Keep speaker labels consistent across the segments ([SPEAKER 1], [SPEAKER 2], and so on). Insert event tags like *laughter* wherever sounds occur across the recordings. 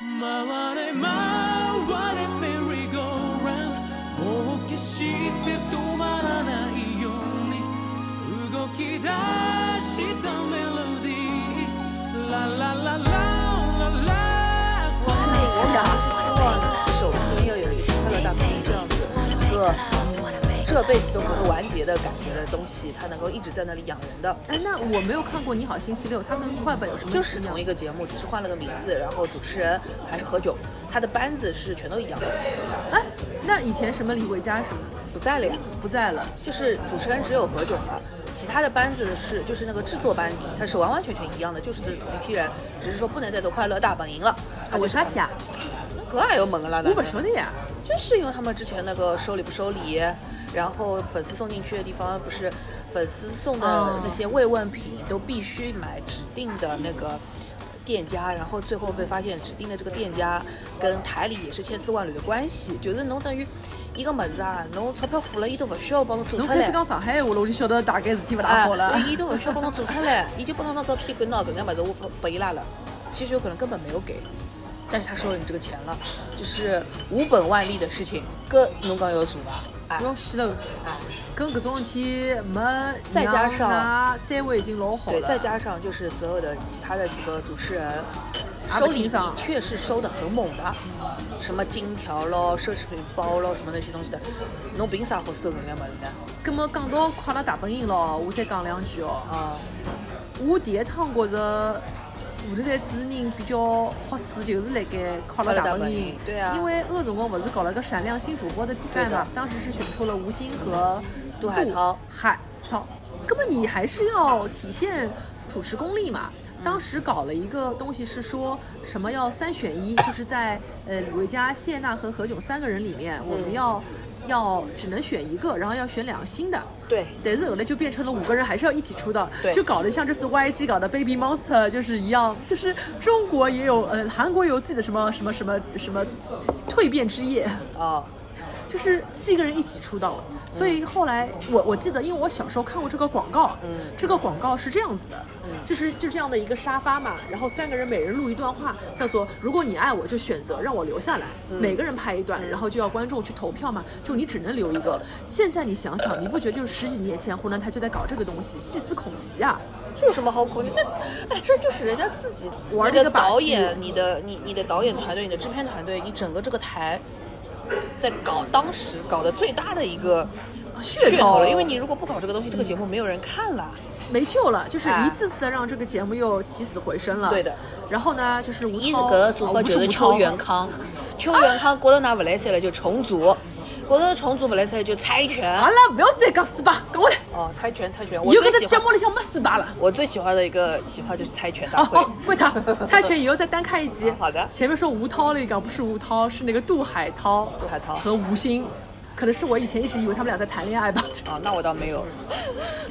[SPEAKER 1] 回れ回れメリーゴーランドもう決して止まらないように動き出したメロディーララララララ
[SPEAKER 2] 我感觉是希望，首先要有一个快乐大本营这样子一个嗯这辈子都不会完结的感觉的东西，它能够一直在那里养人的。
[SPEAKER 3] 哎，那我没有看过《你好星期六》，它跟快本有什么
[SPEAKER 2] 就是同一
[SPEAKER 3] 个
[SPEAKER 2] 个节目，只是换了个名字，然后主持人还是何炅，他的班子是全都一样的，
[SPEAKER 3] 哎，那以前什么李维嘉什么
[SPEAKER 2] 不在了呀。
[SPEAKER 3] 不在
[SPEAKER 2] 啊
[SPEAKER 3] 了，
[SPEAKER 2] 就是主持人只有何炅了，其他的班子是就是那个制作班底，它是完完全全一样的，就是这是同一批人，只是说不能再做快乐大本营了。
[SPEAKER 3] 啊为啥呀？
[SPEAKER 2] 搿也有猛个啦的，
[SPEAKER 3] 我不啊晓得呀。
[SPEAKER 2] 就是因为他们之前那个收礼不收礼，然后粉丝送进去的地方不是粉丝送的
[SPEAKER 3] 哦
[SPEAKER 2] 那些慰问品都必须买指定的那个。店家，然后最后被发现指定的这个店家跟台里也是千丝万缕的关系，就是侬等于一个么子啊，侬钞票付了，伊都不需要帮侬做
[SPEAKER 3] 侬
[SPEAKER 2] 出
[SPEAKER 3] 开
[SPEAKER 2] 来
[SPEAKER 3] 始。讲上海话了，我就晓得大概事体不大
[SPEAKER 2] 啊
[SPEAKER 3] 好了。
[SPEAKER 2] 伊都勿需要帮侬做出来，伊就帮侬拿照片管喏，搿眼物事我拨拨伊拉了，其实有可能根本没有给，但是他收了你这个钱了，就是无本万利的事情，搿侬讲要做伐？啊
[SPEAKER 3] 不，用洗了，
[SPEAKER 2] 啊
[SPEAKER 3] 跟搿种事体没
[SPEAKER 2] 再加上
[SPEAKER 3] 上单位已经老好
[SPEAKER 2] 对，
[SPEAKER 3] 了，
[SPEAKER 2] 再加上就是所有的其他的几个主持人，
[SPEAKER 3] 啊
[SPEAKER 2] 收
[SPEAKER 3] 不
[SPEAKER 2] 礼
[SPEAKER 3] 欣
[SPEAKER 2] 的
[SPEAKER 3] 赏
[SPEAKER 2] 确是收的很猛的，什么金条咯、奢侈品包咯、什么那些东西的，侬凭啥好收搿眼物事呢？
[SPEAKER 3] 葛末讲到快乐大本营咯，我再讲两句哦。
[SPEAKER 2] 啊，
[SPEAKER 3] 我第一趟觉着舞台台主持人比较合适，就是辣盖快乐大本营。
[SPEAKER 2] 对啊
[SPEAKER 3] 因为那个辰光不是搞了个闪亮新主播的比赛
[SPEAKER 2] 对的
[SPEAKER 3] 嘛，当时是选出了吴昕和
[SPEAKER 2] 杜海涛。
[SPEAKER 3] 海涛，根本你还是要体现主持功力嘛。
[SPEAKER 2] 嗯
[SPEAKER 3] 当时搞了一个东西是说什么要三选一，就是在呃李维嘉、谢娜和何炅三个人里面，我
[SPEAKER 2] 嗯
[SPEAKER 3] 们要要只能选一个，然后要选两个新的。
[SPEAKER 2] 对，
[SPEAKER 3] 但是后来就变成了五个人还是要一起出道
[SPEAKER 2] 对，
[SPEAKER 3] 就搞得像这次 YG 搞的 Baby Monster 就是一样，就是中国也有，呃，韩国有自己的什么什么什么什么蜕变之夜，
[SPEAKER 2] 哦，
[SPEAKER 3] 就是七个人一起出道了。
[SPEAKER 2] 嗯
[SPEAKER 3] 所以后来我我记得，因为我小时候看过这个广告，
[SPEAKER 2] 嗯
[SPEAKER 3] 这个广告是这样子的，就是就这样的一个沙发嘛，然后三个人每人录一段话，叫做“如果你爱我，就选择让我留下来”，
[SPEAKER 2] 嗯
[SPEAKER 3] 每个人拍一段，然后就要观众去投票嘛，就你只能留一个。现在你想想，你不觉得就是十几年前湖南台就在搞这个东西，细思恐极啊！
[SPEAKER 2] 这有什么好苦？你这，哎，这就是人家自己
[SPEAKER 3] 玩
[SPEAKER 2] 你
[SPEAKER 3] 这
[SPEAKER 2] 的
[SPEAKER 3] 个把
[SPEAKER 2] 导
[SPEAKER 3] 戏
[SPEAKER 2] 演，你的你你的导演团队，你的制片团队，你整个这个台在搞当时搞的最大的一个
[SPEAKER 3] 噱头
[SPEAKER 2] 了，因为嗯你如果不搞这个东西，这个节目没有人看了。
[SPEAKER 3] 没救了，就是
[SPEAKER 2] 哎
[SPEAKER 3] 一次次的让这个节目又起死回生了。
[SPEAKER 2] 对的。
[SPEAKER 3] 然后呢，就是吴
[SPEAKER 2] 伊
[SPEAKER 3] 涛
[SPEAKER 2] 搿组合
[SPEAKER 3] 啊
[SPEAKER 2] 就是
[SPEAKER 3] 吴
[SPEAKER 2] 邱
[SPEAKER 3] 涛
[SPEAKER 2] 元康，邱元康觉得㑚勿来三了就重组，觉得重组勿来三就猜拳
[SPEAKER 3] 阿。拉不要再讲四八，讲我来。
[SPEAKER 2] 哦，猜拳猜拳，我
[SPEAKER 3] 以后
[SPEAKER 2] 最
[SPEAKER 3] 搿只
[SPEAKER 2] 喜
[SPEAKER 3] 节
[SPEAKER 2] 欢
[SPEAKER 3] 目里向没四八了。
[SPEAKER 2] 我最喜欢的一个企划就是猜拳大
[SPEAKER 3] 哦
[SPEAKER 2] *laughs* 会。。
[SPEAKER 3] 哦，为他猜拳以后再单看一集
[SPEAKER 2] *laughs* 好的
[SPEAKER 3] 前面说吴涛那个不是吴涛，是那个杜海涛。
[SPEAKER 2] 杜海涛
[SPEAKER 3] 和吴昕，可能是我以前一直以为他们俩在谈恋爱吧。 *laughs*
[SPEAKER 2] 哦，那我倒没有。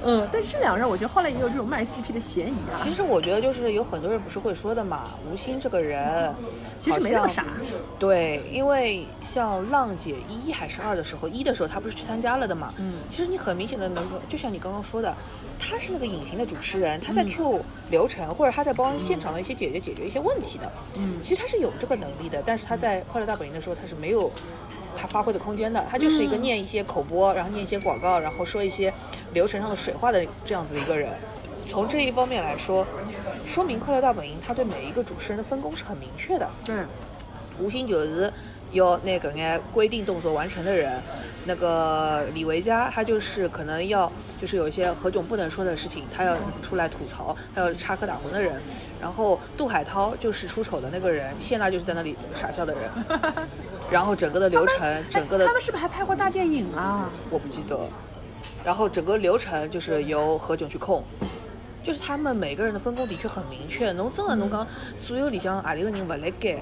[SPEAKER 3] 嗯，但是这两个人我觉得后来也有这种卖 CP 的嫌疑啊。
[SPEAKER 2] 其实我觉得就是有很多人不是会说的嘛，吴昕这个人
[SPEAKER 3] 其实没那么傻
[SPEAKER 2] 好像对，因为像浪姐一还是二的时候，一的时候她不是去参加了的嘛。
[SPEAKER 3] 嗯
[SPEAKER 2] 其实你很明显的能够，就像你刚刚说的，她是那个隐形的主持人，她
[SPEAKER 3] 嗯
[SPEAKER 2] 在 Q 流程、或者她在帮现场的一些姐姐解决一些问题的。
[SPEAKER 3] 嗯
[SPEAKER 2] 其实她是有这个能力的，但是她在《快乐大本营》的时候，她是没有。她发挥的空间的，她就是一个念一些口播，然后念一些广告，然后说一些流程上的水话的这样子的一个人。从这一方面来说，说明《快乐大本营》它对每一个主持人的分工是很明确的。
[SPEAKER 3] 对，
[SPEAKER 2] 吴昕就是要那个眼规定动作完成的人，那个李维嘉他就是可能要就是有一些何炅不能说的事情，他要出来吐槽，他要插科打诨的人。然后杜海涛就是出丑的那个人，谢娜就是在那里傻笑的人。然后整个的流程，整个的
[SPEAKER 3] 哎他们是不是还拍过大电影啊？
[SPEAKER 2] 我不记得。然后整个流程就是由何炅去控，就是他们每个人的分工的确很明确。侬真的侬讲所有里啊向阿里个人勿来盖，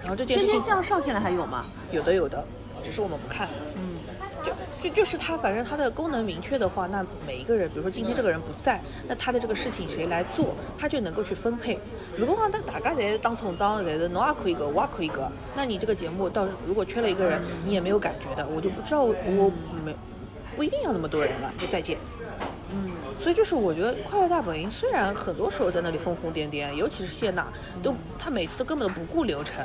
[SPEAKER 2] 然后这件
[SPEAKER 3] 天
[SPEAKER 2] 事
[SPEAKER 3] 天
[SPEAKER 2] 情
[SPEAKER 3] 向上现在还有吗？
[SPEAKER 2] 有的有的，只是我们不看。
[SPEAKER 3] 嗯，
[SPEAKER 2] 就就就是他，反正他的功能明确的话，那每一个人，比如说今天这个人不在，那他的这个事情谁来做，他就能够去分配。如果讲他大家侪是当厂长，侪是侬也可以一个，我也可以一个，那你这个节目到时候如果缺了一个人，你也没有感觉的，我就不知道我我没不一定要那么多人了，就再见。嗯，所以就是我觉得《快乐大本营》虽然很多时候在那里疯疯癫癫，尤其是谢娜，都她每次都根本都不顾流程，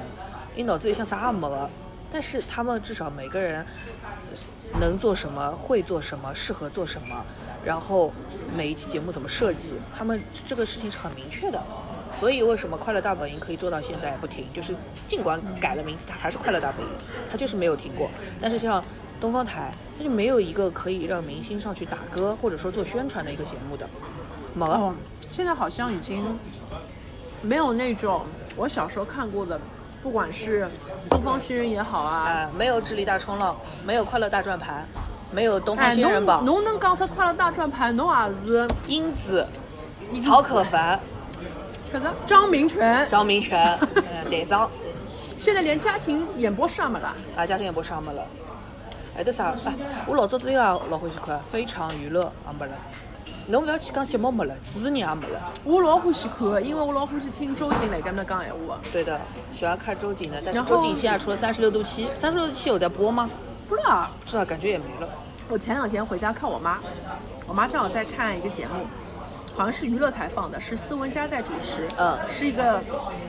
[SPEAKER 2] 你脑子里想啥也没了。但是他们至少每个人能做什么，会做什么，适合做什么，然后每一期节目怎么设计，他们这个事情是很明确的。所以为什么《快乐大本营》可以做到现在不停？就是尽管改了名字，它还是《快乐大本营》，它就是没有停过。但是像东方台，它就没有一个可以让明星上去打歌或者说做宣传的一个节目的，没了。
[SPEAKER 3] 哦，现在好像已经没有那种我小时候看过的，不管是东方新人也好啊，
[SPEAKER 2] 啊，没有智力大冲浪，没有快乐大转盘，没有东方
[SPEAKER 3] 哎，
[SPEAKER 2] 新人
[SPEAKER 3] 侬
[SPEAKER 2] 榜，
[SPEAKER 3] 侬能讲出快乐大转盘，侬也是
[SPEAKER 2] 英子、
[SPEAKER 3] 已经
[SPEAKER 2] 曹可凡、
[SPEAKER 3] 确实张明全，
[SPEAKER 2] 张明全、呃队长
[SPEAKER 3] 现在连家庭演播室也没了。
[SPEAKER 2] 啊，家庭也播上没了。还得啥？啊，我老早子一个老欢喜看《非常娱乐》啊，没了。侬不要去讲节目没了，主持人也没了。
[SPEAKER 3] 我老欢喜看的，因为我老欢喜听周瑾来跟他讲闲话。
[SPEAKER 2] 对的，喜欢看周瑾的，但是
[SPEAKER 3] 然后
[SPEAKER 2] 周瑾现在除了《三十六度七》，《三十六度七》有在播吗？
[SPEAKER 3] 不知道，
[SPEAKER 2] 不知道，感觉也没了。
[SPEAKER 3] 我前两天回家看我妈，我妈正好在看一个节目，好像是娱乐台放的，是斯文佳在主持，
[SPEAKER 2] 嗯
[SPEAKER 3] 是一个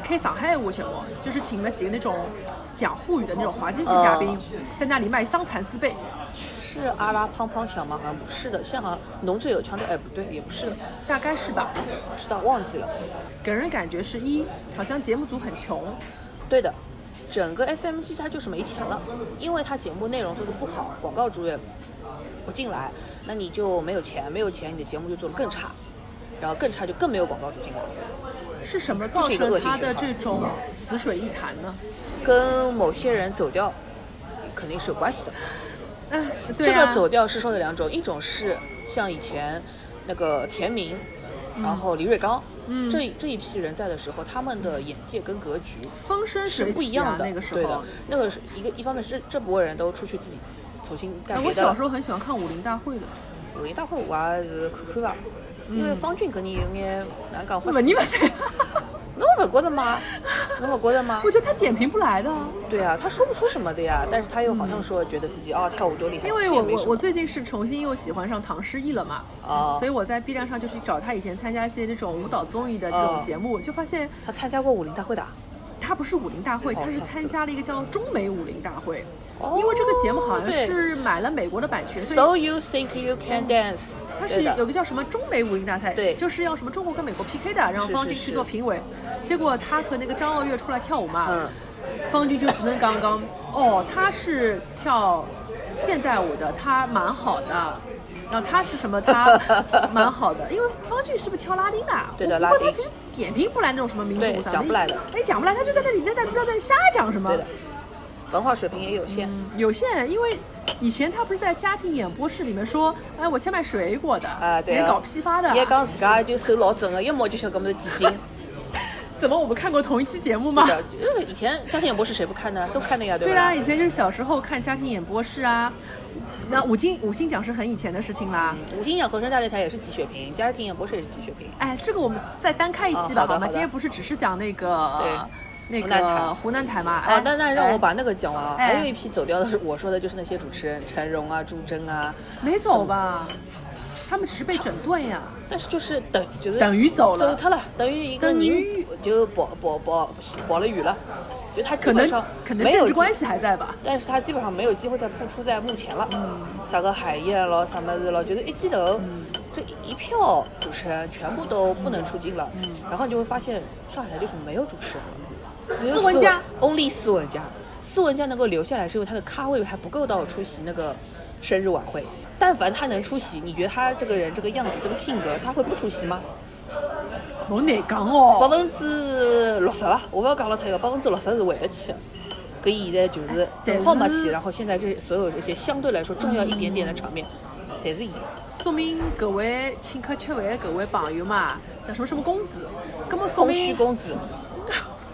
[SPEAKER 3] K 上海话节目，就是请了几个那种讲沪语的那种滑稽系嘉宾，
[SPEAKER 2] 嗯
[SPEAKER 3] 在那里卖桑蚕丝被。
[SPEAKER 2] 是阿拉胖胖小吗？好像不是的，现在好像侬最有强的，哎，不对，也不是的，
[SPEAKER 3] 大概是吧，
[SPEAKER 2] 不知道忘记了。
[SPEAKER 3] 给人感觉是一，好像节目组很穷，
[SPEAKER 2] 对的，整个 SMG 它就是没钱了，因为它节目内容做的不好，广告主也不进来，那你就没有钱，没有钱你的节目就做的更差，然后更差就更没有广告主进来，
[SPEAKER 3] 是什么造
[SPEAKER 2] 这是一个恶
[SPEAKER 3] 成
[SPEAKER 2] 性
[SPEAKER 3] 他的
[SPEAKER 2] 循
[SPEAKER 3] 这种死水一潭呢？
[SPEAKER 2] 跟某些人走掉肯定是有关系的。
[SPEAKER 3] 哎，对
[SPEAKER 2] 这
[SPEAKER 3] 啊
[SPEAKER 2] 个走掉是说的两种，一种是像以前那个田明，
[SPEAKER 3] 嗯
[SPEAKER 2] 然后李瑞刚，这这一批人在的时候，他们的眼界跟格局
[SPEAKER 3] 风生
[SPEAKER 2] 是
[SPEAKER 3] 水
[SPEAKER 2] 不一
[SPEAKER 3] 起啊
[SPEAKER 2] 样的。
[SPEAKER 3] 那个时
[SPEAKER 2] 对的
[SPEAKER 3] 候，，
[SPEAKER 2] 那个是一个一方面是这这波人都出去自己重新
[SPEAKER 3] 哎
[SPEAKER 2] 干
[SPEAKER 3] 我
[SPEAKER 2] 别的
[SPEAKER 3] 小
[SPEAKER 2] 了
[SPEAKER 3] 时。候很喜欢看武林大会的。
[SPEAKER 2] 武林大会我还是看看吧，因为方俊跟你有眼难讲法
[SPEAKER 3] 不，
[SPEAKER 2] 子。
[SPEAKER 3] 嗯 *laughs* 你不是，
[SPEAKER 2] 侬不觉得吗？
[SPEAKER 3] *laughs*
[SPEAKER 2] 侬不觉得吗
[SPEAKER 3] 我？觉得他点评不来的啊，
[SPEAKER 2] 对啊，他说不出什么的呀，但是他又好像说觉得自己啊跳舞多厉害，
[SPEAKER 3] 嗯因
[SPEAKER 2] 其
[SPEAKER 3] 为
[SPEAKER 2] 实
[SPEAKER 3] 我
[SPEAKER 2] 也没
[SPEAKER 3] 我
[SPEAKER 2] 什
[SPEAKER 3] 我
[SPEAKER 2] 么。
[SPEAKER 3] 最近是重新又喜欢上唐诗逸了嘛，
[SPEAKER 2] 哦
[SPEAKER 3] 所以我在 B 站上就是找他以前参加一些那种舞蹈综艺的这
[SPEAKER 2] 哦
[SPEAKER 3] 种节目，就发现
[SPEAKER 2] 他参加过武林大会的啊，
[SPEAKER 3] 他不是武林大会，
[SPEAKER 2] 哦
[SPEAKER 3] 他是
[SPEAKER 2] 吓死
[SPEAKER 3] 参
[SPEAKER 2] 了
[SPEAKER 3] 加了一个叫中美武林大会，
[SPEAKER 2] 哦
[SPEAKER 3] 因为这个节目好像
[SPEAKER 2] 对
[SPEAKER 3] 是买了美国的版权，所以。
[SPEAKER 2] So you think you can dance？
[SPEAKER 3] 它是
[SPEAKER 2] 对的
[SPEAKER 3] 有个叫什么中美武林大赛，
[SPEAKER 2] 对
[SPEAKER 3] 就是要什么中国跟美国 PK 的，然后
[SPEAKER 2] 是
[SPEAKER 3] 方
[SPEAKER 2] 是
[SPEAKER 3] 俊
[SPEAKER 2] 是
[SPEAKER 3] 去做评委。结果他和那个张傲月出来跳舞嘛，
[SPEAKER 2] 嗯
[SPEAKER 3] 方俊就只能刚刚哦，他是跳现代舞的，他蛮好的。然后他是什么？他蛮好
[SPEAKER 2] *laughs*
[SPEAKER 3] 的，因为方俊是不是跳拉丁的？
[SPEAKER 2] 对的
[SPEAKER 3] 我
[SPEAKER 2] 拉
[SPEAKER 3] 不过他
[SPEAKER 2] 丁
[SPEAKER 3] 其实点评不来那种什么民族
[SPEAKER 2] 对
[SPEAKER 3] 舞啥
[SPEAKER 2] 讲不来的
[SPEAKER 3] 哎，讲不来，他就在那里在那不知道在瞎讲什么。
[SPEAKER 2] 对的，文化水平也有限。
[SPEAKER 3] 有些人因为以前他不是在家庭演播室里面说，哎，我先卖水果的，
[SPEAKER 2] 啊，对
[SPEAKER 3] 也
[SPEAKER 2] 啊，
[SPEAKER 3] 搞批发的，
[SPEAKER 2] 也讲自家就手老整的，一摸就晓得搿么是
[SPEAKER 3] *laughs*
[SPEAKER 2] 几斤。
[SPEAKER 3] 怎么我们看过同一期节目吗
[SPEAKER 2] 对？的，啊就是以前家庭演播室谁不看呢？都看的呀，
[SPEAKER 3] *laughs* 对啊
[SPEAKER 2] 吧
[SPEAKER 3] 啦，？以前就是小时候看家庭演播室啊，那五星五星奖是很以前的事情啦。
[SPEAKER 2] 五星奖和声大擂台也是几血瓶，家庭演播室也是几血瓶。
[SPEAKER 3] 哎，这个我们再单开一期吧，
[SPEAKER 2] 哦好的好
[SPEAKER 3] 吗？
[SPEAKER 2] 的
[SPEAKER 3] 今天不是只是讲那个那
[SPEAKER 2] 湖南
[SPEAKER 3] 个
[SPEAKER 2] 台
[SPEAKER 3] 湖南台嘛？
[SPEAKER 2] 啊
[SPEAKER 3] 哎，
[SPEAKER 2] 那那让我把那个讲完啊。
[SPEAKER 3] 哎
[SPEAKER 2] 还有一批走掉的，我说的就是那些主持人，陈荣啊、朱桢啊，
[SPEAKER 3] 哎没走吧，他们只是被整顿呀。
[SPEAKER 2] 但是就是等就是
[SPEAKER 3] 等于走了
[SPEAKER 2] 走掉了，等于一个
[SPEAKER 3] 等
[SPEAKER 2] 人
[SPEAKER 3] 于
[SPEAKER 2] 就保保保保了羽了，就他基
[SPEAKER 3] 可能
[SPEAKER 2] 本上
[SPEAKER 3] 可能
[SPEAKER 2] 没有
[SPEAKER 3] 政
[SPEAKER 2] 机
[SPEAKER 3] 治关系还在吧，
[SPEAKER 2] 但是他基本上没有机会再复出在幕前了。啥个海燕咯，啥么子咯，就是一记头，这一票主持人全部都不能出镜了。然后你就会发现，上海台就是没有主持人了，只有
[SPEAKER 3] 斯文佳
[SPEAKER 2] ，only 斯文佳。斯文佳能够留下来，是因为他的咖位还不够到出席那个生日晚会。但凡他能出席，你觉得他这个人、这个样子、这个性格，他会不出席吗？
[SPEAKER 3] 侬难讲
[SPEAKER 2] 百
[SPEAKER 3] 哦。
[SPEAKER 2] 分之六十吧，我不要讲了太一个，百分之六十是回得去的。搿现在就是
[SPEAKER 3] 但
[SPEAKER 2] 正好没
[SPEAKER 3] 是
[SPEAKER 2] 去，然后现在这所有这些相对来说重要一点点的场面，侪是伊。
[SPEAKER 3] 说明各位请客吃饭的各位朋友嘛，叫什么什么公子，根本说
[SPEAKER 2] 空
[SPEAKER 3] 明
[SPEAKER 2] 虚公子，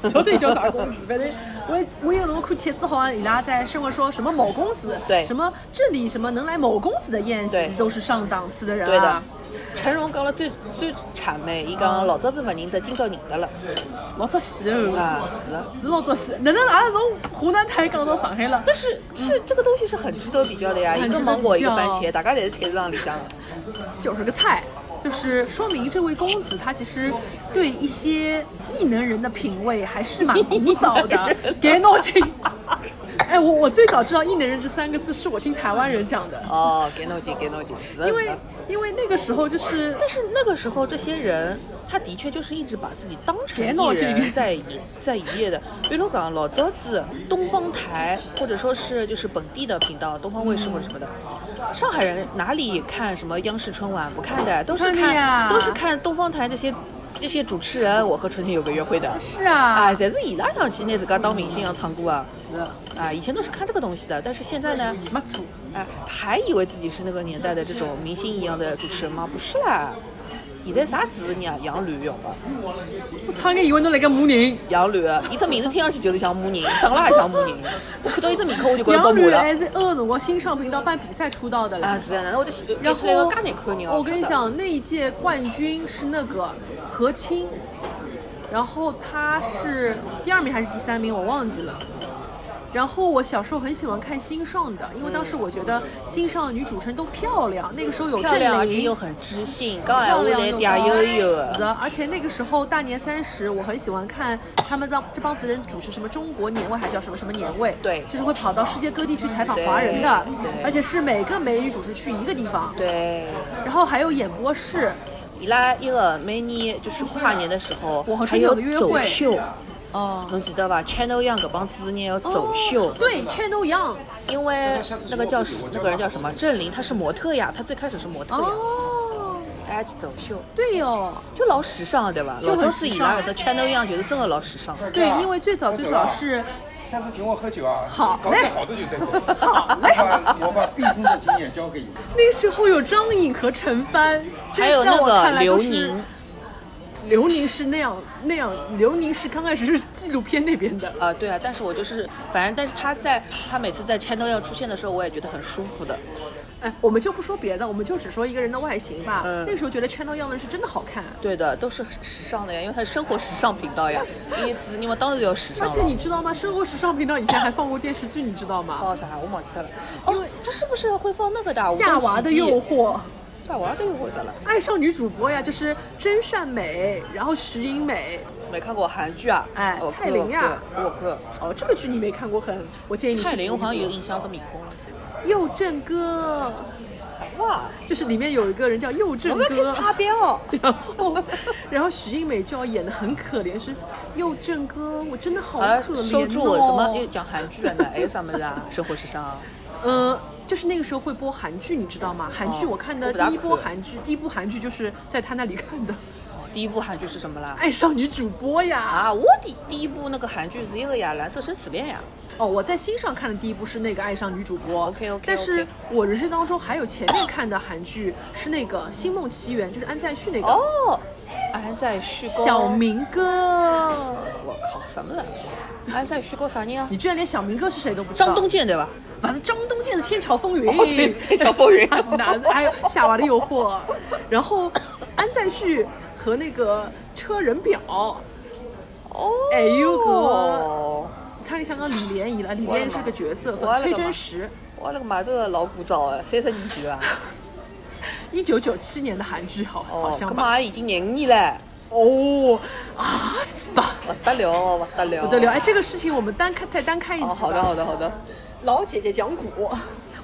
[SPEAKER 3] 晓得叫啥公子，反正我我有辰光看帖子，好像伊拉在生活说什么某公子，
[SPEAKER 2] 对
[SPEAKER 3] 什么这里什么能来某公子的宴
[SPEAKER 2] 对
[SPEAKER 3] 席都是上档次的人
[SPEAKER 2] 对的
[SPEAKER 3] 啊。。
[SPEAKER 2] 陈荣讲了最最谄媚，伊讲老早子勿认得，今朝认得了
[SPEAKER 3] 老早戏哦，
[SPEAKER 2] 啊，是的。
[SPEAKER 3] 是老早戏，哪能阿拉从湖南台讲到上海了？
[SPEAKER 2] 但是是这个东西是很值得比较的呀，
[SPEAKER 3] 很
[SPEAKER 2] 一个
[SPEAKER 3] 值得
[SPEAKER 2] 芒果
[SPEAKER 3] 比
[SPEAKER 2] 一个
[SPEAKER 3] 较
[SPEAKER 2] 番茄，大家侪是菜市场里向的。
[SPEAKER 3] 就是个菜，就是说明这位公子他其实对一些异能人的品味还是蛮古早的，
[SPEAKER 2] *laughs*
[SPEAKER 3] 给弄清。哎，我我最早知道“异能人”这三个字是我听台湾人讲的，
[SPEAKER 2] 哦，给脑筋，给脑筋，
[SPEAKER 3] 因为
[SPEAKER 2] 啊
[SPEAKER 3] 因为那个时候就是
[SPEAKER 2] 但是那个时候这些人，他的确就是一直把自己当成
[SPEAKER 3] 别
[SPEAKER 2] 艺
[SPEAKER 3] 闹这 *laughs*
[SPEAKER 2] 人
[SPEAKER 3] 个
[SPEAKER 2] 在营在营业的。比如讲老早子东方台，或者说是就是本地的频道，东方卫视或者什么的，上海人哪里看什么央视春晚不看的，都是
[SPEAKER 3] 看的
[SPEAKER 2] 看
[SPEAKER 3] 呀
[SPEAKER 2] 都是看东方台这些。这些主持人，我和春天有个约会的，
[SPEAKER 3] 是啊
[SPEAKER 2] 哎，侪是伊拉想去拿自家当明星一样唱歌啊，
[SPEAKER 3] 的
[SPEAKER 2] 啊，以前都是看这个东西的，但是现在呢，
[SPEAKER 3] 没错，
[SPEAKER 2] 哎，还以为自己是那个年代的这种明星一样的主持人吗？不是啦，现在啥子养养驴用吧？
[SPEAKER 3] 我差点以为侬来个骂人。
[SPEAKER 2] 养驴，伊只名字听上去就是像母人，长了也像母人。我看到伊只面孔我就觉得
[SPEAKER 3] 杨
[SPEAKER 2] 到
[SPEAKER 3] 吕
[SPEAKER 2] 母了。
[SPEAKER 3] 还是二辰光新上频道办比赛出道的嘞。
[SPEAKER 2] 啊，是啊，那我就是
[SPEAKER 3] 然
[SPEAKER 2] 是个
[SPEAKER 3] 后
[SPEAKER 2] 噶难看的人哦。
[SPEAKER 3] 我跟你
[SPEAKER 2] 真的，
[SPEAKER 3] 讲，那一届冠军是那个何清，然后他是第二名还是第三名，我忘记了。然后我小时候很喜欢看新上的，因为当时我觉得新上的女主持人都漂亮，那个时候有
[SPEAKER 2] 漂亮而
[SPEAKER 3] 郑
[SPEAKER 2] 且
[SPEAKER 3] 琳，
[SPEAKER 2] 又很知性，讲闲
[SPEAKER 3] 漂
[SPEAKER 2] 话
[SPEAKER 3] 亮
[SPEAKER 2] 来嗲悠悠的。
[SPEAKER 3] 是的，而且那个时候大年三十，我很喜欢看他们当这帮子人主持什么中国年味，还叫什么什么年味，
[SPEAKER 2] 对
[SPEAKER 3] 就是会跑到世界各地去采访
[SPEAKER 2] 对
[SPEAKER 3] 华人的
[SPEAKER 2] 对，
[SPEAKER 3] 而且是每个美女主持去一个地方，
[SPEAKER 2] 对，
[SPEAKER 3] 然后还有演播室，
[SPEAKER 2] 伊拉一个每年就是跨年的时候，
[SPEAKER 3] 我
[SPEAKER 2] 还
[SPEAKER 3] 和春天
[SPEAKER 2] 有
[SPEAKER 3] 有个约
[SPEAKER 2] 走
[SPEAKER 3] 会
[SPEAKER 2] 秀，
[SPEAKER 3] 哦，
[SPEAKER 2] 侬记得吧？Channel Young 搿帮主持人要走秀。
[SPEAKER 3] 对，Channel Young，
[SPEAKER 2] 因为那个叫什那个人叫什么？郑琳，她是模特呀，她最开始是模特呀，
[SPEAKER 3] 哦，
[SPEAKER 2] 哎，去走秀，
[SPEAKER 3] 对哦，
[SPEAKER 2] 就老时尚啊的对吧？
[SPEAKER 3] 就
[SPEAKER 2] 老
[SPEAKER 3] 很
[SPEAKER 2] 早是
[SPEAKER 3] 时
[SPEAKER 2] 以
[SPEAKER 3] 尚
[SPEAKER 2] 来搿只 channel 一样，觉得真的老时尚。
[SPEAKER 3] 对，因为最早最早是
[SPEAKER 4] 下次请我喝酒啊，
[SPEAKER 3] 好
[SPEAKER 4] 搞
[SPEAKER 3] 嘞
[SPEAKER 4] 点好的酒再走。
[SPEAKER 3] 好嘞
[SPEAKER 4] 我把我把毕生的经验交给你。
[SPEAKER 3] 那时候有张颖和陈帆，
[SPEAKER 2] 还有那
[SPEAKER 3] 现在在我看
[SPEAKER 2] 个
[SPEAKER 3] 来
[SPEAKER 2] 刘
[SPEAKER 3] 都是
[SPEAKER 2] 宁，，
[SPEAKER 3] 刘宁是那样那样，刘宁是刚开始是纪录片那边的，
[SPEAKER 2] 啊，对啊，但是我就是反正，但是她在她每次在 channel 要出现的时候，我也觉得很舒服的。
[SPEAKER 3] 哎，我们就不说别的，我们就只说一个人的外形吧。
[SPEAKER 2] 嗯
[SPEAKER 3] 那个时候觉得 Channel Young 的是真的好看，
[SPEAKER 2] 对的，都是时尚的呀，因为它是生活时尚频道呀，因此你们当然要时尚
[SPEAKER 3] 而且
[SPEAKER 2] 了
[SPEAKER 3] 你。知道吗？生活时尚频道以前还放过电视剧，你知道吗？
[SPEAKER 2] 放啥？我忘记掉了。哦，他是不是会放那个的？《
[SPEAKER 3] 夏娃的诱
[SPEAKER 2] 惑》？
[SPEAKER 3] 惑》。
[SPEAKER 2] 夏娃的诱惑啥了？
[SPEAKER 3] 爱上女主播呀，就是真善美，然后徐颖美。
[SPEAKER 2] 没看过韩剧啊？
[SPEAKER 3] 哎
[SPEAKER 2] 我看
[SPEAKER 3] 蔡琳呀
[SPEAKER 2] 我看我看。
[SPEAKER 3] 哦，这个剧你没看过很，我哎建议你去
[SPEAKER 2] 蔡琳
[SPEAKER 3] 补
[SPEAKER 2] 我
[SPEAKER 3] 一补
[SPEAKER 2] 好像有印象，这面孔。
[SPEAKER 3] 佑正哥，
[SPEAKER 2] 哇，
[SPEAKER 3] 就是里面有一个人叫佑正
[SPEAKER 2] 我们
[SPEAKER 3] 哥
[SPEAKER 2] 以，擦边哦。
[SPEAKER 3] 然后然后徐英美就要演的很可怜，是佑正哥，我真的好
[SPEAKER 2] 好了，
[SPEAKER 3] 可怜、哦、哦
[SPEAKER 2] 收住，什么又讲韩剧了呢？还有啥么子啊？生活时尚啊。
[SPEAKER 3] 嗯，就是那个时候会播韩剧，你知道吗？韩剧
[SPEAKER 2] 哦
[SPEAKER 3] 我看的
[SPEAKER 2] 我不大
[SPEAKER 3] 第一波
[SPEAKER 2] 可
[SPEAKER 3] 韩剧，第一部韩剧就是在他那里看的，《 *laughs*
[SPEAKER 2] 第一部韩剧是什么啦？
[SPEAKER 3] 爱上女主播》呀。
[SPEAKER 2] 哎啊，我第第一部那个韩剧是一个呀，《蓝色生死恋》呀。
[SPEAKER 3] 哦，我在新上看的第一部是那个《爱上女主播》
[SPEAKER 2] OK，OK，OK
[SPEAKER 3] 但是我人生当中还有前面看的韩剧是那个《星梦奇缘》，就是安在旭那个。
[SPEAKER 2] 哦，安在旭高。
[SPEAKER 3] 小。明哥，
[SPEAKER 2] 我靠，什么人？安在旭高啥人啊
[SPEAKER 3] 你？居然连小明哥是谁都不知道？
[SPEAKER 2] 张东，健对吧？
[SPEAKER 3] 反正张东健的《天桥风云》
[SPEAKER 2] 哦对天桥风
[SPEAKER 3] *laughs*
[SPEAKER 2] 云
[SPEAKER 3] 男还有《夏娃的哎诱惑》，然后安在旭和那个车人表，
[SPEAKER 2] 哦。
[SPEAKER 3] 哎呦哥。参与香港李连仪了，李连仪是个角色，
[SPEAKER 2] 我
[SPEAKER 3] 和
[SPEAKER 2] 勒个妈
[SPEAKER 3] 崔真实，
[SPEAKER 2] 我勒个妈，这个老古早哎了，三十年前了。
[SPEAKER 3] 一九九七年的韩剧好，好
[SPEAKER 2] 哦，
[SPEAKER 3] 像
[SPEAKER 2] 搿
[SPEAKER 3] 吧？
[SPEAKER 2] 嘛已经廿五年了，
[SPEAKER 3] 哦，啊是吧？
[SPEAKER 2] 不得了，不得了，
[SPEAKER 3] 不得了！哎，这个事情我们单看再单看一集
[SPEAKER 2] 哦，
[SPEAKER 3] 吧。
[SPEAKER 2] 好的，好的，好的。
[SPEAKER 3] 老姐姐讲古，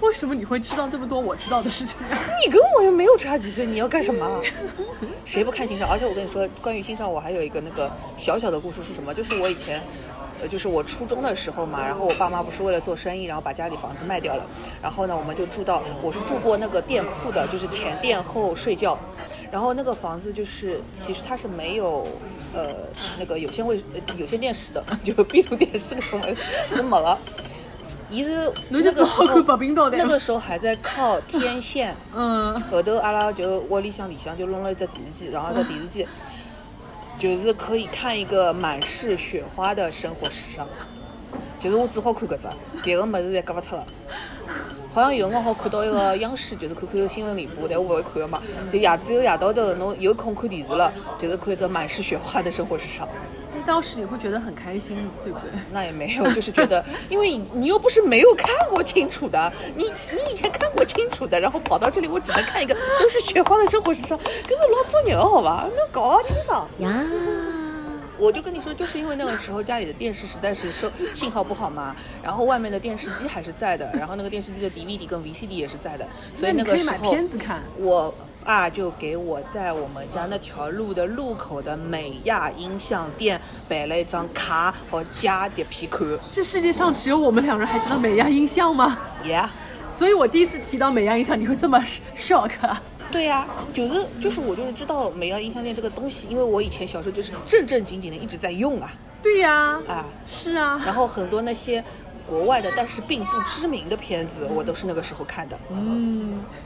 [SPEAKER 3] 为什么你会知道这么多我知道的事情啊呢？
[SPEAKER 2] 你跟我又没有差几岁，你要干什么啊？ *laughs* 谁不看欣赏？而且我跟你说，关于欣赏，我还有一个那个小小的故事是什么？就是我以前。呃，就是我初中的时候嘛，然后我爸妈不是为了做生意，然后把家里房子卖掉了，然后呢，我们就住到，我是住过那个店铺的，就是前店后睡觉，然后那个房子就是其实它是没有，呃，那个有线卫呃有线电视的， *laughs* 就闭路电视的，那么了，一是
[SPEAKER 3] 侬就
[SPEAKER 2] 那个
[SPEAKER 3] 只
[SPEAKER 2] 时
[SPEAKER 3] 好
[SPEAKER 2] 候
[SPEAKER 3] 看白冰道的
[SPEAKER 2] 那个时候还在靠天线，
[SPEAKER 3] 嗯，
[SPEAKER 2] 后头阿拉就窝里向里向就弄了一只电视机，然后这电视机就是可以看一个满是雪花的生活时尚，就是我只好看搿只，别个物事侪夹勿出个。好像有辰光好看到一个央视，就是看看新闻联播，但我勿会看个嘛。就夜只有夜到头，侬有空看电视了，就是看一只满是雪花的生活时尚。
[SPEAKER 3] 但当时你会觉得很开心，对不对？
[SPEAKER 2] 那也没有，就是觉 *laughs* 得，因为你又不是没有看过清楚的，你你以前看过清楚的，然后跑到这里，我只能看一个都是雪花的生活时尚，跟个老作鸟好吧？那搞啊清爽呀！我就跟你说，就是因为那个时候家里的电视实在是收信号不好嘛，然后外面的电视机还是在的，然后那个电视机的 DVD 跟 VCD 也是在的，所以
[SPEAKER 3] 那你
[SPEAKER 2] 个
[SPEAKER 3] 可以
[SPEAKER 2] 时
[SPEAKER 3] 买
[SPEAKER 2] 候
[SPEAKER 3] 片子看。
[SPEAKER 2] 我爸就给我在我们家那条路的路口的美亚音像店摆了一张卡和家碟皮看
[SPEAKER 3] 这世界上只有我们两人还知道美亚音像吗？
[SPEAKER 2] ，yeah。
[SPEAKER 3] 所以我第一次提到美亚音像，你会这么 shock 啊？
[SPEAKER 2] 对呀、就是就是我就是知道美亚音像店这个东西，因为我以前小时候就是正正经经的一直在用啊
[SPEAKER 3] 对呀、
[SPEAKER 2] 啊，
[SPEAKER 3] 是啊，
[SPEAKER 2] 然后很多那些国外的但是并不知名的片子，我都是那个时候看的。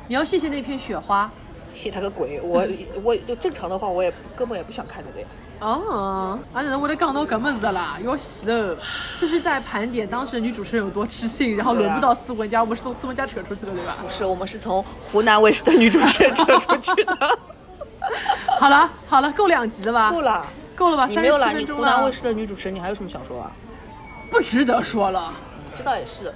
[SPEAKER 3] 你要谢谢那片雪花
[SPEAKER 2] 谢他个鬼！我我就正常的话，我也根本也不想看那个呀。
[SPEAKER 3] 哦，啊，哪能会得讲到搿么子啦？要死了！这是在盘点当时的女主持人有多痴性，然后轮不到
[SPEAKER 2] 啊
[SPEAKER 3] 斯文佳，我们是从斯文佳扯出去的，对吧？
[SPEAKER 2] 不是，我们是从湖南卫视的女主持人扯出去
[SPEAKER 3] *laughs*
[SPEAKER 2] 的。
[SPEAKER 3] 好了好了，够两集了吧？
[SPEAKER 2] 够，了，
[SPEAKER 3] 够了吧？
[SPEAKER 2] 你没有啦，
[SPEAKER 3] 37
[SPEAKER 2] 你
[SPEAKER 3] 啊分钟
[SPEAKER 2] 湖南
[SPEAKER 3] 了
[SPEAKER 2] 卫，视的女主持人，你还有什么想说啊？
[SPEAKER 3] 不值得说了。
[SPEAKER 2] 这倒也是，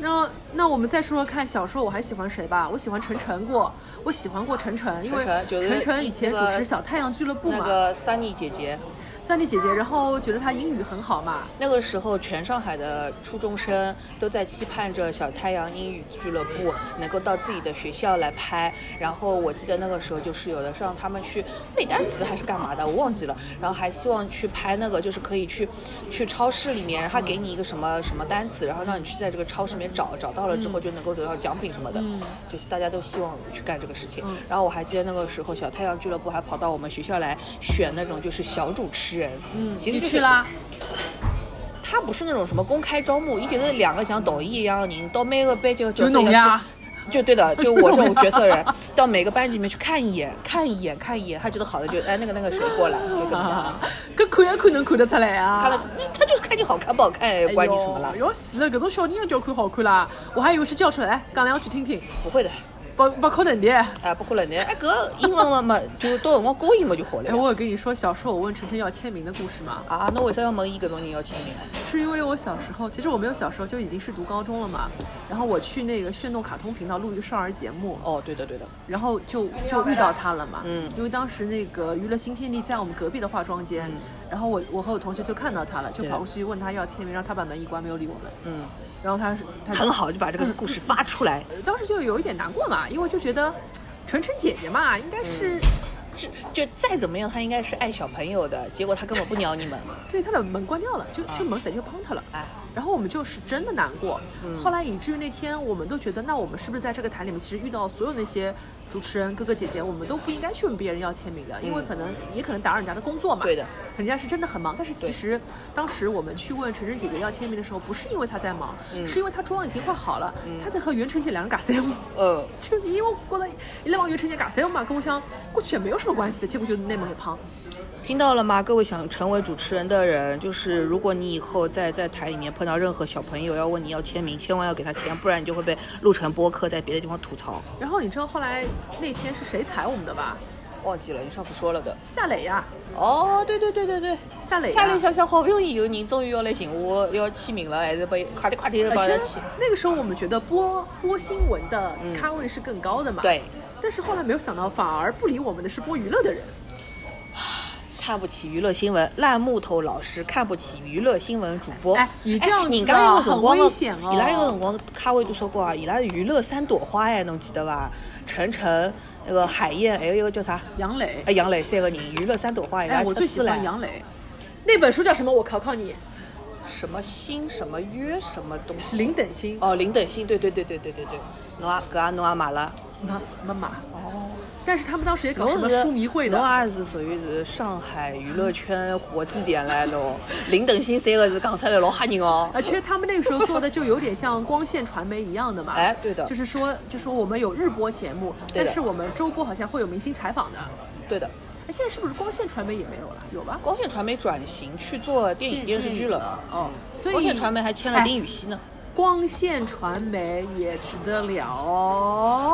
[SPEAKER 3] 那那我们再说说看，小时候我还喜欢谁吧？我喜欢陈晨过，我喜欢过陈晨，因为
[SPEAKER 2] 陈晨觉得
[SPEAKER 3] 陈晨以前主
[SPEAKER 2] 那个
[SPEAKER 3] 持《小太阳俱乐部》
[SPEAKER 2] 那
[SPEAKER 3] 嘛，
[SPEAKER 2] 个 Sunny 姐姐，
[SPEAKER 3] 三丽姐姐，然后觉得她英语很好嘛，
[SPEAKER 2] 那个时候全上海的初中生都在期盼着小太阳英语俱乐部能够到自己的学校来拍。然后我记得那个时候就是有的是让他们去背单词还是干嘛的，我忘记了。然后还希望去拍那个，就是可以去去超市里面，然后他给你一个什么什么单词，然后让你去在这个超市里面找，找到了之后
[SPEAKER 3] 嗯
[SPEAKER 2] 就能够得到奖品什么的。就是大家都希望去干这个事情。
[SPEAKER 3] 嗯
[SPEAKER 2] 然后我还记得那个时候小太阳俱乐部还跑到我们学校来选那种就是小主持人，嗯，其实
[SPEAKER 3] 你
[SPEAKER 2] 就是
[SPEAKER 3] 去啦。
[SPEAKER 2] 他不是那种什么公开招募，伊就是两个像导演一样的人，到每个班级的角
[SPEAKER 3] 就
[SPEAKER 2] 色
[SPEAKER 3] 侬
[SPEAKER 2] 要
[SPEAKER 3] 呀
[SPEAKER 2] 去。就对
[SPEAKER 3] *laughs*
[SPEAKER 2] 的，就我这
[SPEAKER 3] 就
[SPEAKER 2] 种
[SPEAKER 3] 侬呀
[SPEAKER 2] 角色人，到每个班级里面去看一眼，看一眼，看一眼，他觉得好的就哎那个那个谁过来，就跟他
[SPEAKER 3] *laughs* 啊，搿看一看能看得出来啊！
[SPEAKER 2] 看了，那他就是看你好看不好看，管你什么啦
[SPEAKER 3] 哎？哟死了，搿种小人要叫看好看啦！我还以为是叫出来，来讲两句听听，
[SPEAKER 2] 不会的，
[SPEAKER 3] 不不可能的。哎，
[SPEAKER 2] 哎不可能的，哎搿英文嘛嘛，就到辰光高音嘛就好了呀。
[SPEAKER 3] 我有跟你说，小时候我问晨晨要签名的故事吗？
[SPEAKER 2] 啊，那为啥要问伊搿种人要签名呢？
[SPEAKER 3] 是因为我小时候，其实我没有小时候就已经是读高中了嘛。然后我去那个炫动卡通频道录一个少儿节目，
[SPEAKER 2] 哦，对的对的，
[SPEAKER 3] 然后就就遇到他了嘛。
[SPEAKER 2] 嗯
[SPEAKER 3] 因为当时那个娱乐新天地在我们隔壁的化妆间，然后我我和我同学就看到他了，就
[SPEAKER 2] 对
[SPEAKER 3] 跑过去问他要签名，让他把门一关，没有理我们。
[SPEAKER 2] 嗯，
[SPEAKER 3] 然后他是他
[SPEAKER 2] 很好，就把这个故事发出来，
[SPEAKER 3] 当时就有一点难过嘛，因为就觉得纯纯姐姐嘛，应该是、
[SPEAKER 2] 这就再怎么样，他应该是爱小朋友的，结果他根本不鸟你们。
[SPEAKER 3] 对她的门关掉了，就就门塞就碰她了。
[SPEAKER 2] 哎
[SPEAKER 3] 然后我们就是真的难过，
[SPEAKER 2] 嗯
[SPEAKER 3] 后来以至于那天我们都觉得，那我们是不是在这个台里面，其实遇到所有那些主持人哥哥姐姐，我们都不应该去问别人要签名的，因为可能也可能打扰人家的工作嘛。
[SPEAKER 2] 嗯对的，
[SPEAKER 3] 人家是真的很忙。但是其实当时我们去问晨晨姐姐要签名的时候，不是因为她在忙，是因为她妆已经化好了，
[SPEAKER 2] 嗯
[SPEAKER 3] 她在和袁晨姐两人尬三胡。
[SPEAKER 2] 呃，
[SPEAKER 3] 就因为我觉得伊拉往袁晨姐尬三胡嘛，跟我想过去也没有什么关系，结果就内蒙一胖。
[SPEAKER 2] 听到了吗？各位想成为主持人的人，就是如果你以后在在台里面碰到任何小朋友要问你要签名，千万要给他签，不然你就会被录成播客，在别的地方吐槽。
[SPEAKER 3] 然后你知道后来那天是谁踩我们的吧？
[SPEAKER 2] 忘记了，你上次说了的。
[SPEAKER 3] 夏磊呀、
[SPEAKER 2] 哦，对对对对对，
[SPEAKER 3] 夏磊、呀
[SPEAKER 2] 夏磊想想，好不容易有人终于要来寻我要签名了，还是被快点快点帮
[SPEAKER 3] 而
[SPEAKER 2] 他
[SPEAKER 3] 且
[SPEAKER 2] 签。
[SPEAKER 3] 呃那个时候我们觉得播播新闻的咖位是更高的嘛，
[SPEAKER 2] 对。
[SPEAKER 3] 但是后来没有想到，反而不理我们的是播娱乐的人。
[SPEAKER 2] 看不起娱乐新闻，烂木头老师看不起娱乐新闻主播。
[SPEAKER 3] 哎你这样子啊
[SPEAKER 2] 人家有辰光
[SPEAKER 3] 很危险哦
[SPEAKER 2] 伊拉有辰光咖位都说过啊，伊拉娱乐三朵花哎，侬记得伐？晨晨，那个海燕，还有一个叫啥？
[SPEAKER 3] 杨磊
[SPEAKER 2] 哎，，杨磊三个人，娱乐三朵花，伊拉
[SPEAKER 3] 哎，我
[SPEAKER 2] 测
[SPEAKER 3] 最
[SPEAKER 2] 试
[SPEAKER 3] 喜
[SPEAKER 2] 了
[SPEAKER 3] 欢杨磊。那本书叫什么？我考考你，
[SPEAKER 2] 什么星什么约什么东西。
[SPEAKER 3] 林等星。
[SPEAKER 2] 哦，林等星，对对对对对对对，侬也搿也侬也买了，
[SPEAKER 3] 妈妈妈哦。但是他们当时也搞
[SPEAKER 2] 侬
[SPEAKER 3] 什么
[SPEAKER 2] 是
[SPEAKER 3] 书迷会的，
[SPEAKER 2] 侬也是属于是上海娱乐圈活字典来的哦。林等星三个字讲出来老吓人哦。
[SPEAKER 3] 而且他们那个时候做的就有点像光线传媒一样的嘛。
[SPEAKER 2] 哎对的
[SPEAKER 3] 就是说，就说我们有日播节目，
[SPEAKER 2] 对的
[SPEAKER 3] 但是我们周播好像会有明星采访的。
[SPEAKER 2] 对的，
[SPEAKER 3] 哎，现在是不是光线传媒也没有了？有吧？
[SPEAKER 2] 光线传媒转型去做电影电视剧了。
[SPEAKER 3] 哦，所以
[SPEAKER 2] 光线传媒还签了林
[SPEAKER 3] 哎
[SPEAKER 2] 雨熙呢，
[SPEAKER 3] 光线传媒也值得聊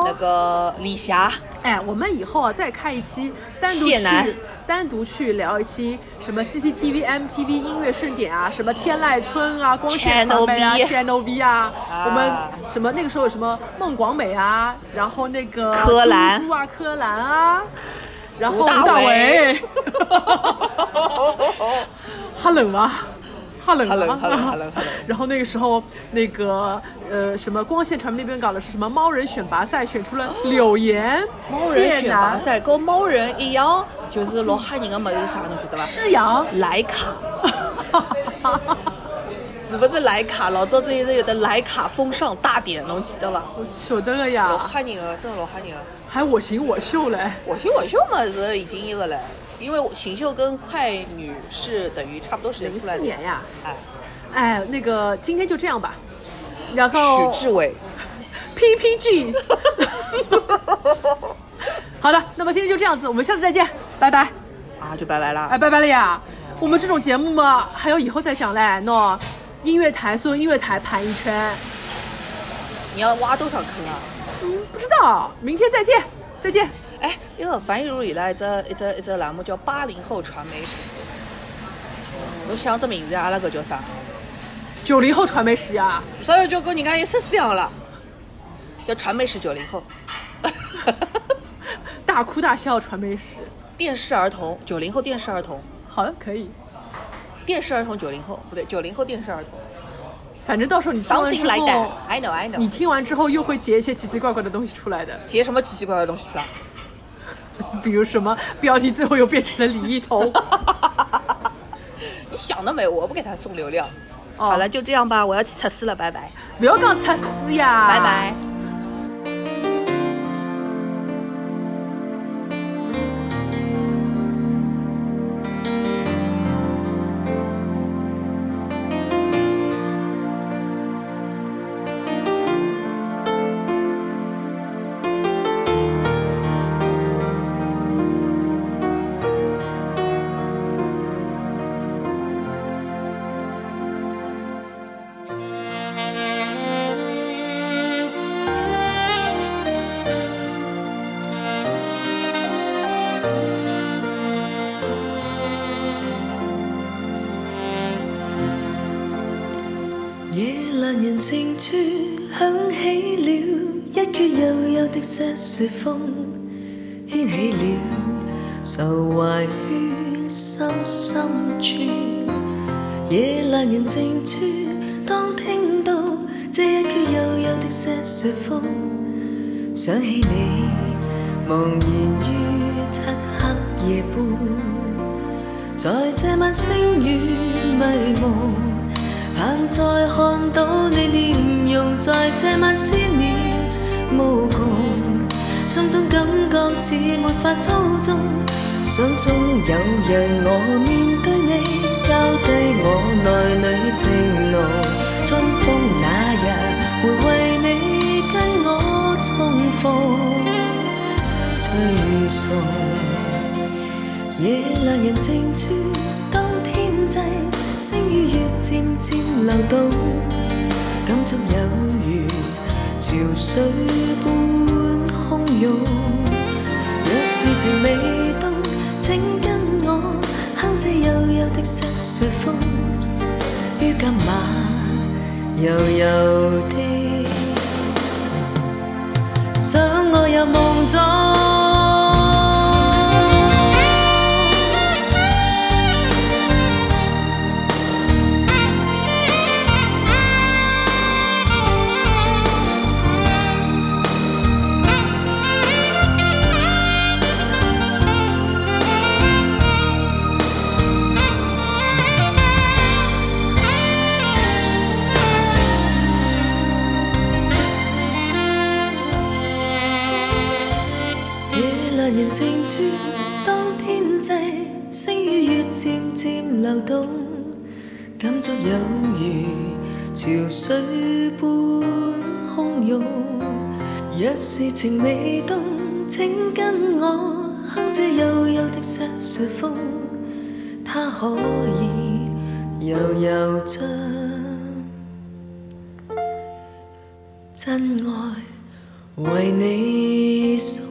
[SPEAKER 2] 那
[SPEAKER 3] 哦。
[SPEAKER 2] 个李霞，
[SPEAKER 3] 哎，我们以后啊，再开一期单独
[SPEAKER 2] 谢楠
[SPEAKER 3] 去单独去聊一期什么 CCTV、MTV 音乐盛典啊，什么天籁村啊、光线传媒啊、Channel V 啊，
[SPEAKER 2] 啊
[SPEAKER 3] 我们什么那个时候有什么孟广美啊，然后那个
[SPEAKER 2] 柯蓝
[SPEAKER 3] 猪猪啊、柯蓝啊，然后
[SPEAKER 2] 吴
[SPEAKER 3] 吴
[SPEAKER 2] 大
[SPEAKER 3] 大
[SPEAKER 2] 维
[SPEAKER 3] 维， *laughs*
[SPEAKER 2] *laughs*
[SPEAKER 3] 哈冷吗？哈冷
[SPEAKER 2] 哈
[SPEAKER 3] 吗
[SPEAKER 2] 冷哈冷哈冷哈冷
[SPEAKER 3] 然后那个时候，那个呃，什么光线传媒那边搞的是什么猫人选拔赛，选出了柳岩、
[SPEAKER 2] 猫人
[SPEAKER 3] 谢
[SPEAKER 2] 选拔
[SPEAKER 3] 楠、
[SPEAKER 2] 赛啊跟猫人一样，就是老吓人的么子是啥，侬晓得伐？
[SPEAKER 3] 施洋，
[SPEAKER 2] 徕卡， *laughs* 是不是徕卡？老早子一直有的徕卡风尚大典，侬记得伐？
[SPEAKER 3] 我晓得个
[SPEAKER 2] 老
[SPEAKER 3] 呀，
[SPEAKER 2] 吓人的，啊真的老吓人的。
[SPEAKER 3] 还我行我秀嘞。
[SPEAKER 2] 我行我秀嘛是已经一个了，因为行秀跟快女是等于差不多时间
[SPEAKER 3] 零
[SPEAKER 2] 出来
[SPEAKER 3] 四
[SPEAKER 2] 的。
[SPEAKER 3] 年呀，
[SPEAKER 2] 哎，
[SPEAKER 3] 哎，那个今天就这样吧。然后
[SPEAKER 2] 许志伟，
[SPEAKER 3] PPG，好的，那么今天就这样子，我们下次再见，拜拜。
[SPEAKER 2] 啊，就拜拜啦。
[SPEAKER 3] 哎，拜拜了呀！我们这种节目嘛，还要以后再讲嘞。喏，音乐台所有音乐台盘一圈，
[SPEAKER 2] 你要挖多少坑啊？
[SPEAKER 3] 嗯，不知道，明天再见，再见。
[SPEAKER 2] 哎，因为樊亦儒伊拉一只一只一只栏目叫《八零后传媒史》，侬想这名字阿拉搿叫啥？
[SPEAKER 3] 九零后传媒史
[SPEAKER 2] *laughs*
[SPEAKER 3] 呀，
[SPEAKER 2] 啊所以就跟人家一式四样了，叫传媒史九零后， *laughs*
[SPEAKER 3] 大哭大笑传媒史，
[SPEAKER 2] 电视儿童九零后电视儿童，
[SPEAKER 3] 好的，可以。
[SPEAKER 2] 电视儿童九零后不对，九零后电视儿童
[SPEAKER 3] 反正到时候你听完
[SPEAKER 2] ，something
[SPEAKER 3] 之
[SPEAKER 2] like
[SPEAKER 3] 后，
[SPEAKER 2] that，I know I
[SPEAKER 3] 你
[SPEAKER 2] know，
[SPEAKER 3] 听完之后又会截一些奇奇怪怪的东西出来的，
[SPEAKER 2] 截什么奇奇怪怪的东西出来？
[SPEAKER 3] 比如什么标题最后又变成了李一
[SPEAKER 2] *laughs*
[SPEAKER 3] 桐。
[SPEAKER 2] 你想得美，我不给他送流量。
[SPEAKER 3] 哦
[SPEAKER 2] 好了，就这样吧，我要去测试了，拜拜，
[SPEAKER 3] 不要讲测试呀，
[SPEAKER 2] 拜拜。
[SPEAKER 5] 夜闌人静處響起了一缺悠悠的瑟瑟風，掀起了愁懷於心深處。夜闌人靜處，當聽到這一缺悠悠的瑟瑟風，想起你，茫然於漆黑夜半。在這晚星雨迷蒙，盼再看到你面容，在這晚思念無窮，心中感覺似沒法操縱，想終有日我面對你，交低我內裏情濃，春風那日會為你跟我重逢，吹送。夜闌人靜處，當天際星與月漸漸流動，感觸有如潮水般洶湧。若是情未凍，請跟我哼這悠悠的瑟瑟風，於今晚悠悠的。想我入夢中。夜闌人靜處，當天際星與月漸漸流動，感觸有如潮水般洶湧。若是情未凍，請跟我哼這悠悠的瑟瑟風，它可以悠悠將真愛為你送。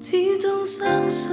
[SPEAKER 5] 始終相信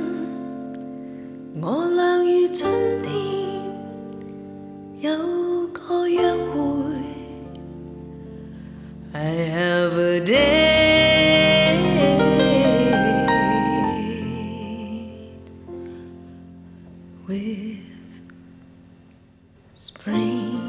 [SPEAKER 5] 我俩於春天有個約會。I have a date with spring.